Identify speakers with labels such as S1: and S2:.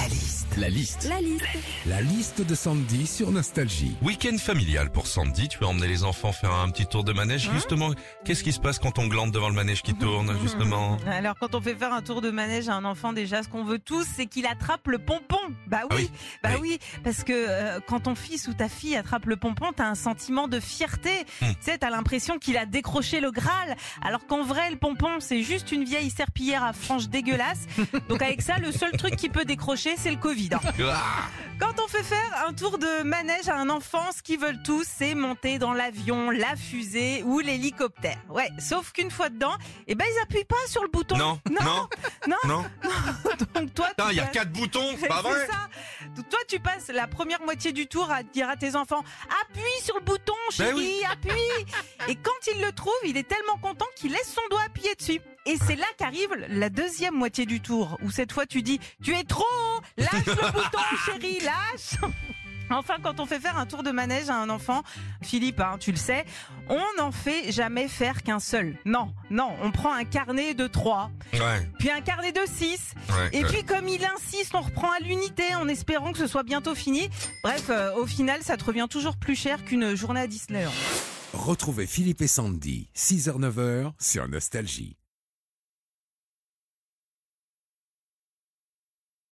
S1: La liste.
S2: La liste.
S3: La liste de Sandy sur Nostalgie.
S4: Week-end familial pour Sandy. Tu as emmené les enfants faire un petit tour de
S5: Hein
S4: manège. Justement, qu'est-ce qui se passe quand on glande devant le manège qui
S2: Mmh.
S4: tourne, justement
S5: Alors, quand on fait faire un tour de manège à un enfant, déjà, ce qu'on veut tous, c'est qu'il attrape le pompon. Bah oui,
S4: Ah oui,
S5: bah
S4: oui.
S5: oui, parce que euh, quand ton fils ou ta fille attrape le pompon, t'as un sentiment de fierté.
S4: Hmm.
S5: Tu sais, t'as l'impression qu'il a décroché le Graal, alors qu'en vrai, le pompon, c'est juste une vieille serpillière à franges dégueulasses. Donc avec ça, le seul truc qui peut décrocher, c'est le Covid. hein.
S4: Ah
S5: Quand on fait faire un tour de manège à un enfant, ce qu'ils veulent tous, c'est monter dans l'avion, la fusée ou l'hélicoptère. Ouais, sauf qu'une fois dedans, eh ben ils appuient pas sur le bouton.
S4: Non, non,
S5: non.
S4: non.
S5: Donc toi,
S4: Putain,
S5: tu
S4: il y a
S5: passes-
S4: quatre boutons, c'est
S5: C'est
S4: pas vrai
S5: ça. Donc, toi, tu passes la première moitié du tour à dire à tes enfants appuie sur le bouton, chérie,
S4: Ben oui.
S5: appuie. Et quand il le trouve, il est tellement content qu'il laisse son doigt appuyer dessus. Et c'est là qu'arrive la deuxième moitié du tour, où cette fois tu dis tu es trop haut, lâche le bouton, chérie, lâche. Enfin, quand on fait faire un tour de manège à un enfant, Philippe, hein, tu le sais, on n'en fait jamais faire qu'un seul. Non, non, on prend un carnet de 3,
S4: Ouais, ouais,
S5: puis un carnet de 6, et
S4: ouais.
S5: puis comme il insiste, on reprend à l'unité en espérant que ce soit bientôt fini. Bref, euh, au final, ça te revient toujours plus cher qu'une journée à Disney. hein.
S3: Retrouvez Philippe et Sandy, 6h-9h sur Nostalgie.